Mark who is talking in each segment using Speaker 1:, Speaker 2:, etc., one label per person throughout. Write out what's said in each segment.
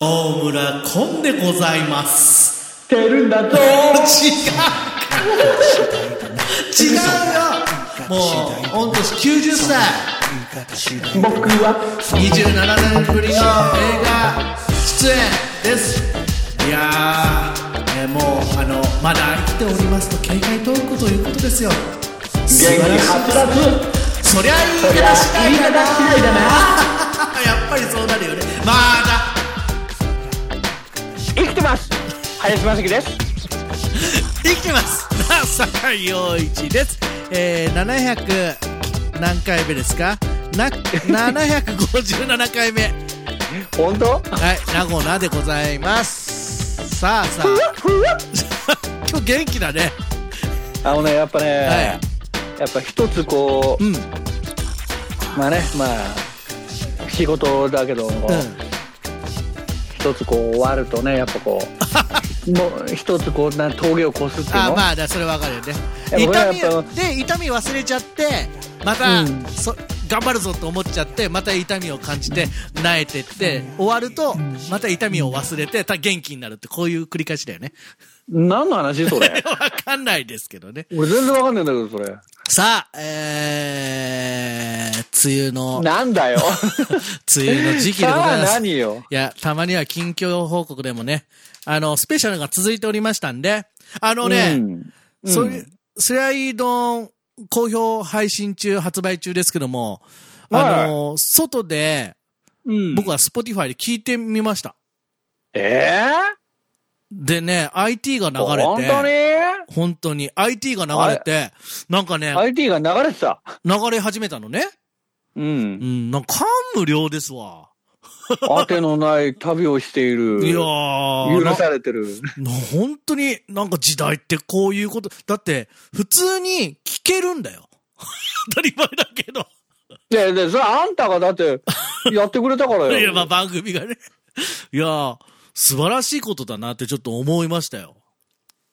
Speaker 1: 大村コンでございます。
Speaker 2: てるんだぞ
Speaker 1: 違う違うよもう、御年90歳
Speaker 2: 僕は
Speaker 1: 27年ぶりの映画出演ですいやー、えーもうあのまだ生きておりますと警戒トークということですよ
Speaker 2: 元気はつらつ
Speaker 1: そりゃ言い方次第だなやっぱりそうなるよねまだ
Speaker 3: 生きてます林真樹です
Speaker 1: 生きてますな坂井陽一ですえー、700何回目ですかな757回目
Speaker 3: 本当
Speaker 1: はい、名古屋でございます。さあさあ、今日元気だね。
Speaker 3: あのねやっぱね、
Speaker 1: は
Speaker 3: やっぱ一つこう、
Speaker 1: うん
Speaker 3: まあねまあ仕事だけども、
Speaker 1: う
Speaker 3: 一つこう終わるとねやっぱこう もう一つこうな峠を越すっていうの
Speaker 1: あ、まあだ、それわかるよね。
Speaker 3: いや僕
Speaker 1: 痛
Speaker 3: はやっ
Speaker 1: み
Speaker 3: ぱ
Speaker 1: をで痛み忘れちゃって、また、
Speaker 3: うん
Speaker 1: そ頑張るぞと思っちゃって、また痛みを感じて、萎えてって、終わると、また痛みを忘れて、た元気になるって、こういう繰り返しだよね。
Speaker 3: 何の話それ
Speaker 1: わかんないですけどね。
Speaker 3: 俺全然わかんないんだけどそれ
Speaker 1: さあ、えー、梅雨の、
Speaker 3: なんだよ
Speaker 1: 梅雨の時期でございま
Speaker 3: さあ
Speaker 1: す。
Speaker 3: 何よ
Speaker 1: いや、たまには近況報告でもね、あの、スペシャルが続いておりましたんで、あのね、
Speaker 3: うん
Speaker 1: そういう、スライドン、好評配信中、発売中ですけども、あの、外で、
Speaker 3: うん
Speaker 1: 僕は Spotify で聞いてみました。
Speaker 3: え
Speaker 1: でね、IT が流
Speaker 3: えー、
Speaker 1: れ
Speaker 3: 本当
Speaker 1: て、
Speaker 3: に
Speaker 1: 本当に IT が流れて、なんかね、
Speaker 3: IT が流れてた
Speaker 1: 流れ始めたのね。
Speaker 3: う
Speaker 1: うんん、なんか感無量ですわ。
Speaker 3: 当てのない旅をしている
Speaker 1: いやー、
Speaker 3: 許されてる
Speaker 1: な本当になんか時代ってこういうこと。だって、普通に聞けるんだよ。 当たり前だけど。
Speaker 3: で、で、それあんたがだって、やってくれたから よ。
Speaker 1: いや、まあ番組がね。いやー、素晴らしいことだなってちょっと思いましたよ。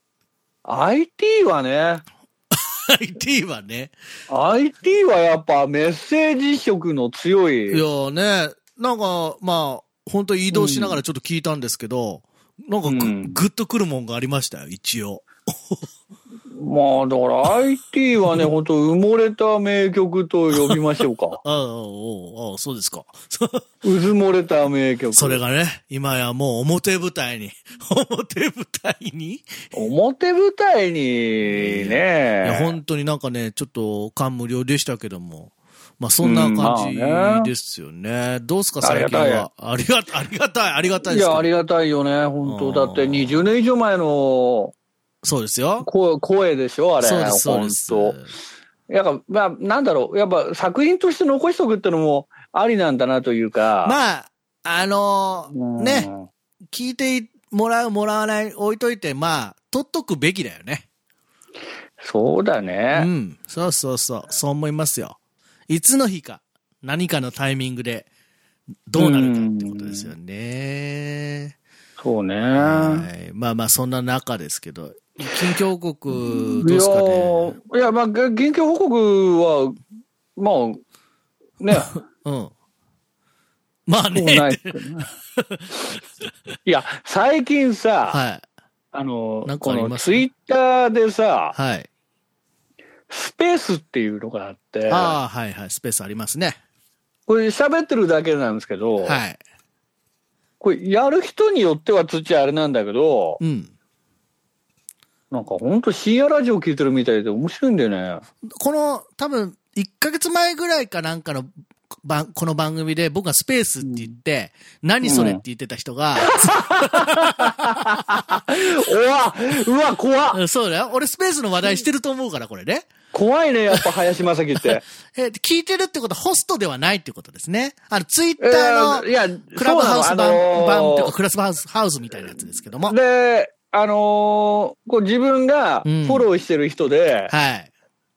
Speaker 3: IT はね、
Speaker 1: IT はね。
Speaker 3: IT はやっぱメッセージ色の強
Speaker 1: いや
Speaker 3: い。
Speaker 1: ーね、なんか、まあ、本当に移動しながらちょっと聞いたんですけど、なんかぐ、
Speaker 3: うん
Speaker 1: ぐっとくるもんがありましたよ、一応。。
Speaker 3: まあ、だから IT はね、ほんと埋もれた名曲と呼びましょうか
Speaker 1: ああ、おうああ、そうですか。
Speaker 3: うずもれた名曲。
Speaker 1: それがね、今やもう表舞台に、 表舞台に
Speaker 3: 表舞台に
Speaker 1: いや、
Speaker 3: ね、
Speaker 1: 本当になんかね、ちょっと感無量でしたけども。まあ、そんな感
Speaker 3: うんまあね
Speaker 1: じですよね。どうすか、最近
Speaker 3: ありが
Speaker 1: は。ありがたい、ありがたい、ありがたい
Speaker 3: い
Speaker 1: ですけど
Speaker 3: や、ありがたいよね、本
Speaker 1: うん
Speaker 3: 当だって20年以上前の
Speaker 1: そうですよ。
Speaker 3: 声声でしょ、あれ。
Speaker 1: そうです、そうで
Speaker 3: ほんと
Speaker 1: す。
Speaker 3: やっぱ、まあ、なんだろう、やっぱ作品として残しとくってのもありなんだなというか。
Speaker 1: まあ、あのー
Speaker 3: うん
Speaker 1: ね、。聞いてもらう、もらわない、置いといて、まあ、取っとくべきだよね。
Speaker 3: そうだ
Speaker 1: う
Speaker 3: ね。
Speaker 1: ん。そうそうそう、そう思いますよ。いつの日か、何かのタイミングで、どうなるかってことですよね。
Speaker 3: そうね。
Speaker 1: はい、まあまあ、そんな中ですけど、近況報告、
Speaker 3: い
Speaker 1: どう
Speaker 3: や
Speaker 1: ですかね。
Speaker 3: ーいや、まあ、げ現況報告は、まあ、 ね、
Speaker 1: うん。まあ
Speaker 3: もうない
Speaker 1: ね。
Speaker 3: けどね。いや、最近さ、
Speaker 1: はい。
Speaker 3: あの
Speaker 1: なん、か
Speaker 3: こ
Speaker 1: あり
Speaker 3: の
Speaker 1: ます
Speaker 3: ツイッターでさ、
Speaker 1: はい。
Speaker 3: スペースっていうのがあって、
Speaker 1: ああ、はいはい。スペースありますね。
Speaker 3: これ喋ってるだけなんですけど、
Speaker 1: はい。
Speaker 3: これやる人によっては土あれなんだけど、
Speaker 1: うん。
Speaker 3: なんかほんと深夜ラジオ聞いてるみたいで面白いんだよね。
Speaker 1: この、多分、1ヶ月前ぐらいかなんかの、ばんこの番組で僕がスペースって言って、何それって言ってた人が、
Speaker 3: うわ、うわ、怖っ
Speaker 1: うんそうだよ。俺スペースの話題してると思うから、これね。
Speaker 3: 怖いね、やっぱ林正樹って。
Speaker 1: えー聞いてるってことはホストではないってことですね。 あの、ツイッ
Speaker 3: え
Speaker 1: ターの、
Speaker 3: ーいや、
Speaker 1: クラブハウス
Speaker 3: そう
Speaker 1: 版、
Speaker 3: なの
Speaker 1: 版っていうか、
Speaker 3: あ
Speaker 1: クラスハウス、ハウスみたいなやつですけども
Speaker 3: のー。で、あのーこう自分がフ
Speaker 1: うん
Speaker 3: ォローしてる人で、
Speaker 1: はい。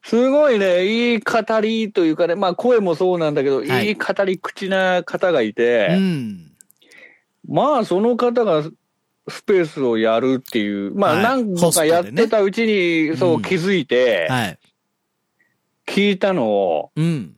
Speaker 3: すごいね、いい語りというかね、まあ声もそうなんだけど、
Speaker 1: はい
Speaker 3: い、い語り口な方がいうて、
Speaker 1: ん。
Speaker 3: まあその方がスペースをやるっていう、ま
Speaker 1: は
Speaker 3: あ
Speaker 1: い
Speaker 3: 何個かやってたうちに、
Speaker 1: ね
Speaker 3: そううん気づいて、
Speaker 1: はい。
Speaker 3: 聞いたのを、
Speaker 1: うん。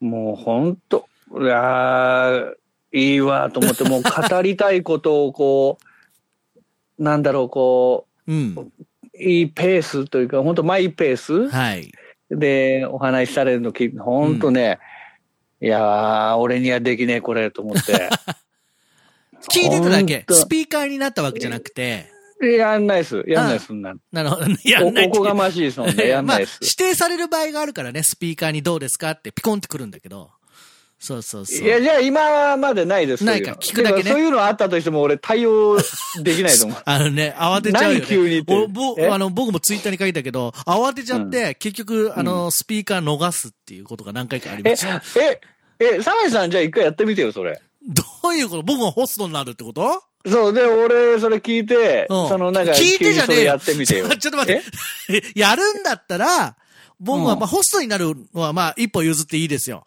Speaker 3: もうほんと、いやーいいわと思って、もう語りたいことをこ う、なんだろう、こ
Speaker 1: うん。
Speaker 3: う、いいペースというか、本当マイペース
Speaker 1: はい。
Speaker 3: でお話しされるのき、本当ね、いやー、俺にはできねえこれと思 って。
Speaker 1: 聞いてただけ
Speaker 3: 本。当
Speaker 1: スピーカーになったわけじゃなくて、
Speaker 3: やんないっす。やんないっす、そんなの。
Speaker 1: なるほど。や
Speaker 3: お
Speaker 1: んない
Speaker 3: おこがましいですも んね。やん
Speaker 1: まあ、
Speaker 3: ないっ
Speaker 1: 指
Speaker 3: す。
Speaker 1: 定される場合があるからね、スピーカーにどうですかってピコンってくるんだけど。そうそうそう。
Speaker 3: いや、じゃあ今までないです。
Speaker 1: ないか
Speaker 3: そう
Speaker 1: 聞くだけね
Speaker 3: てかそういうのあったとしても俺対応できない
Speaker 1: 。
Speaker 3: と思う
Speaker 1: あのね、慌てちゃうよ、ね。
Speaker 3: 何急にって
Speaker 1: おぼ
Speaker 3: え
Speaker 1: あの僕もツイッターに書いたけど、慌てちゃって、結局、あの、スピーカー逃すっていうことが何回かあり
Speaker 3: え
Speaker 1: ました。、
Speaker 3: え、え、サメさんじゃあ一回やってみてよ、それ。
Speaker 1: どういうこと僕がホストになるってこと
Speaker 3: そう、で、俺、それ聞いて、
Speaker 1: うん
Speaker 3: そのなんか、
Speaker 1: 聞いてじゃね
Speaker 3: 急にそ
Speaker 1: え
Speaker 3: れや
Speaker 1: よ。
Speaker 3: ってみてよ。
Speaker 1: ちょちょっと待って。 やるんだったら、僕は、
Speaker 3: うん
Speaker 1: まあ、ホストになるのは、まあ、一歩譲っていいですよ。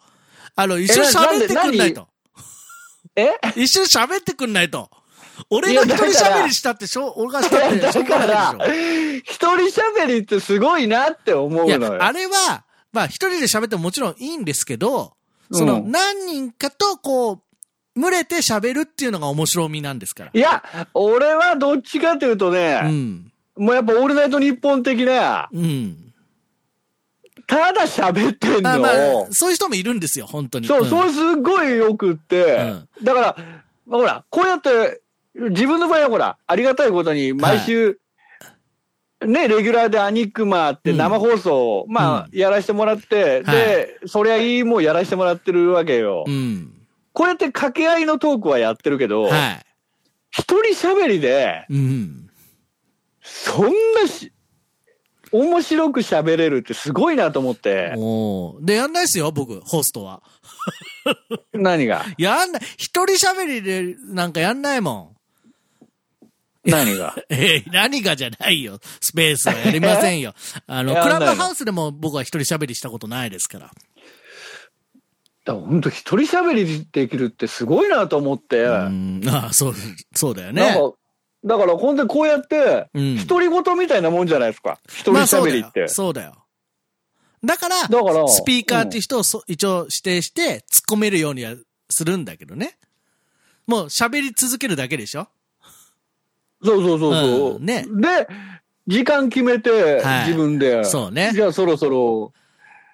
Speaker 1: あの、一緒に
Speaker 3: えななん
Speaker 1: 喋っ
Speaker 3: で
Speaker 1: てくんないと。
Speaker 3: ええ
Speaker 1: 一緒に喋ってくんないと。俺が一人喋りしたってしょ、俺がしたってしょ
Speaker 3: だ
Speaker 1: うが
Speaker 3: か
Speaker 1: な
Speaker 3: ら
Speaker 1: いでしょ。、
Speaker 3: 一人喋りってすごいなって思う
Speaker 1: いや
Speaker 3: の、よ。
Speaker 1: あれは、まあ一人で喋ってももちろんいいんですけど、その
Speaker 3: うん
Speaker 1: 何人かとこう、群れて喋るっていうのが面白みなんですから
Speaker 3: い。や、俺はどっちかというと
Speaker 1: う
Speaker 3: ね、
Speaker 1: ん。
Speaker 3: もうやっぱオールナイト日本的な、
Speaker 1: うん。
Speaker 3: ただ喋ってん
Speaker 1: まあ
Speaker 3: の
Speaker 1: まあ
Speaker 3: を、、
Speaker 1: そういう人もいるんですよ、本当に。
Speaker 3: そう、
Speaker 1: ん
Speaker 3: それすごいよくって、だから、まあほら、こうやって、自分の場合はほら、ありがたいことに毎週、ね、レギュラーでアニクマって生放送を、まあ、やらせてもらって、
Speaker 1: はい
Speaker 3: で、そりゃいいもうやらせてもらってるわけよ。
Speaker 1: うん。
Speaker 3: こうやって掛け合いのトークはやってるけど、
Speaker 1: は
Speaker 3: 一人喋りで、
Speaker 1: い。うん。
Speaker 3: そんなし、面白く喋れるってすごいなと思って、
Speaker 1: おーで、やんないですよ、僕、ホストは。
Speaker 3: 何が、
Speaker 1: やんない。一人喋りでなんかやんないもん。
Speaker 3: 何が。
Speaker 1: えー何がじゃないよ。スペースはやりませ んよ。あの、ク
Speaker 3: やんない
Speaker 1: ラ
Speaker 3: の
Speaker 1: ブハウスでも僕は一人喋りしたことないですから。
Speaker 3: だから本当一人喋りできるってすごいなと思って、
Speaker 1: うん。ああ、そう、そうだよ
Speaker 3: なん
Speaker 1: ね。
Speaker 3: か、だから本当にこうやって、
Speaker 1: うん
Speaker 3: 独り言みたいなもんじゃないですか。一人
Speaker 1: まあそう
Speaker 3: 喋
Speaker 1: だ
Speaker 3: り
Speaker 1: よ
Speaker 3: って。
Speaker 1: そうだよ。だから、
Speaker 3: だから
Speaker 1: スピーカーっていう人をそ、一応指定して突っ込めるようにはするんだけどね。もう喋り続けるだけでしょ
Speaker 3: そうそうそうそう、
Speaker 1: うんね
Speaker 3: で、時間決めて、
Speaker 1: はい
Speaker 3: 自分で。
Speaker 1: そうね
Speaker 3: じゃあそろそろ、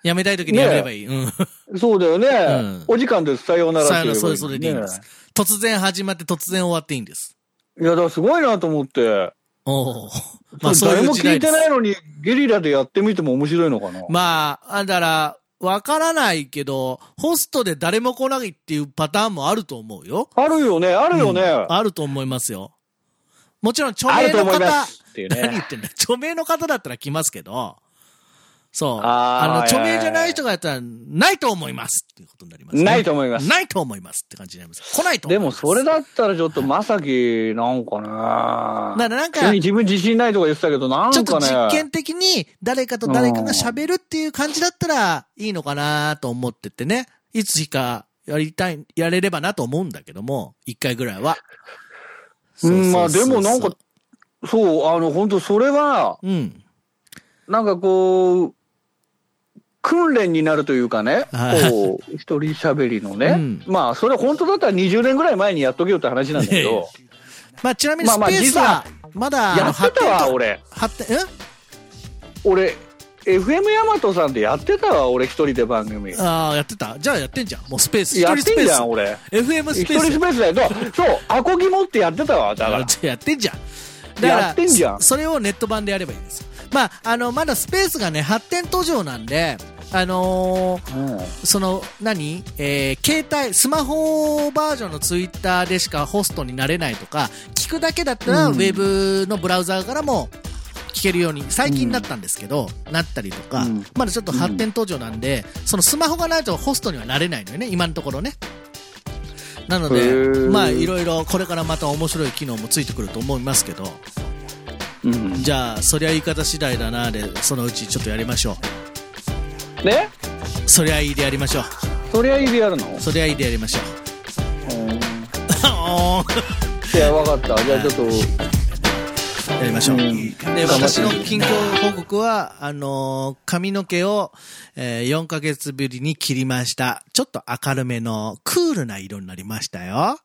Speaker 1: やめたい時にやめればいい。うん。
Speaker 3: そうだよね、
Speaker 1: うん
Speaker 3: お時間です。さようなら
Speaker 1: さよなら、
Speaker 3: って
Speaker 1: そ
Speaker 3: 言えば
Speaker 1: れそれでいいんです
Speaker 3: ね。
Speaker 1: 突然始まって突然終わっていいんです。
Speaker 3: いや、だからすごいなと思って。
Speaker 1: お お。まあそうい
Speaker 3: 誰
Speaker 1: う
Speaker 3: も
Speaker 1: 時
Speaker 3: 聞い
Speaker 1: 代で
Speaker 3: て
Speaker 1: す。
Speaker 3: ないのに、ゲリラでやってみても面白いのかな。
Speaker 1: まあ、あだから、わからないけど、ホストで誰も来ないっていうパターンもあると思うよ。
Speaker 3: あるよね、あるよね。
Speaker 1: うんあると思いますよ。もちろん、著
Speaker 3: あ
Speaker 1: 名
Speaker 3: ると
Speaker 1: の
Speaker 3: 思いま
Speaker 1: 方、
Speaker 3: す。っていう
Speaker 1: 何言
Speaker 3: ね。
Speaker 1: ってんだ著名の方だったら来ますけど、そう。
Speaker 3: あー
Speaker 1: あの、
Speaker 3: はい
Speaker 1: 著名じゃない人がやったら、ないと思いますっていうことになります、ね。
Speaker 3: ないと思います。
Speaker 1: ないと思いますって感じになります。来ないと思
Speaker 3: で
Speaker 1: いま
Speaker 3: も
Speaker 1: す。
Speaker 3: それ
Speaker 1: だ。
Speaker 3: だったらちょっとまさきなんかな
Speaker 1: だからなんか
Speaker 3: 急に自分自信ないとか言ってたけどなん
Speaker 1: ちょっと
Speaker 3: かね。
Speaker 1: 実験的に、誰かと誰かが喋るっていう感じだったら、いいのかなと思っててね。いつしかやりたい、やれればなと思うんだけども、一回ぐらいは。
Speaker 3: うん、まあ
Speaker 1: そうそ
Speaker 3: で
Speaker 1: うそう
Speaker 3: もなんか、そう、あの本当それは、
Speaker 1: うん。
Speaker 3: なんかこう、訓練になるというかね、
Speaker 1: はい
Speaker 3: こう、一人喋りのね、
Speaker 1: うん
Speaker 3: まあそれ本当だったら20年ぐらい前にやっとけよって話なんだ けど、
Speaker 1: まあちなみにスペ
Speaker 3: まあまあ
Speaker 1: ースは、まだ、
Speaker 3: やってたわ、
Speaker 1: あの、
Speaker 3: 俺。
Speaker 1: 発展と、発展、うん
Speaker 3: 俺、FM ヤマトさんでやってたわ、俺一人で番組。
Speaker 1: ああ、やってたじゃあやってんじゃん。もうスペース。
Speaker 3: やっ
Speaker 1: 一人ス
Speaker 3: て
Speaker 1: ペ
Speaker 3: ん
Speaker 1: ー
Speaker 3: じ
Speaker 1: ス
Speaker 3: ゃん、俺。
Speaker 1: FM
Speaker 3: 一
Speaker 1: スペー
Speaker 3: 人
Speaker 1: ス。
Speaker 3: スペースだよ。だからそう、アコギ持ってやってたわ、だから。
Speaker 1: あやってんじゃん。だから
Speaker 3: やってんじゃん
Speaker 1: そそれをネット版でやればいいんですよ。まあ、あの、まだスペースがね、発展途上なんで、あのーその、何えー携帯、スマホバージョンのツイッターでしかホストになれないとか、聞くだけだったら、
Speaker 3: うん
Speaker 1: ウェブのブラウザーからも聞けるように、最近なったんですけど、なったりとか、
Speaker 3: うん
Speaker 1: まだちょっと発展途上なんで、そのスマホがないとホストにはなれないのよね、今のところね。なの
Speaker 3: へ
Speaker 1: で、
Speaker 3: ー
Speaker 1: まあ、いろいろこれからまた面白い機能もついてくると思いますけど、
Speaker 3: うん。
Speaker 1: じゃあ、そりゃ言い方次第だなで、そのうちちょっとやりましょ
Speaker 3: ね
Speaker 1: う。そりゃいいでやりましょう。
Speaker 3: そりゃいいでやるのうん
Speaker 1: そりゃいいでやりましょう。おーん
Speaker 3: いや、わかった。じゃあちょっと、
Speaker 1: やりましょう。
Speaker 3: うん
Speaker 1: で、私の近況報告は、あのー髪の毛を、えー4ヶ月ぶりに切りました。ちょっと明るめのクールな色になりましたよ。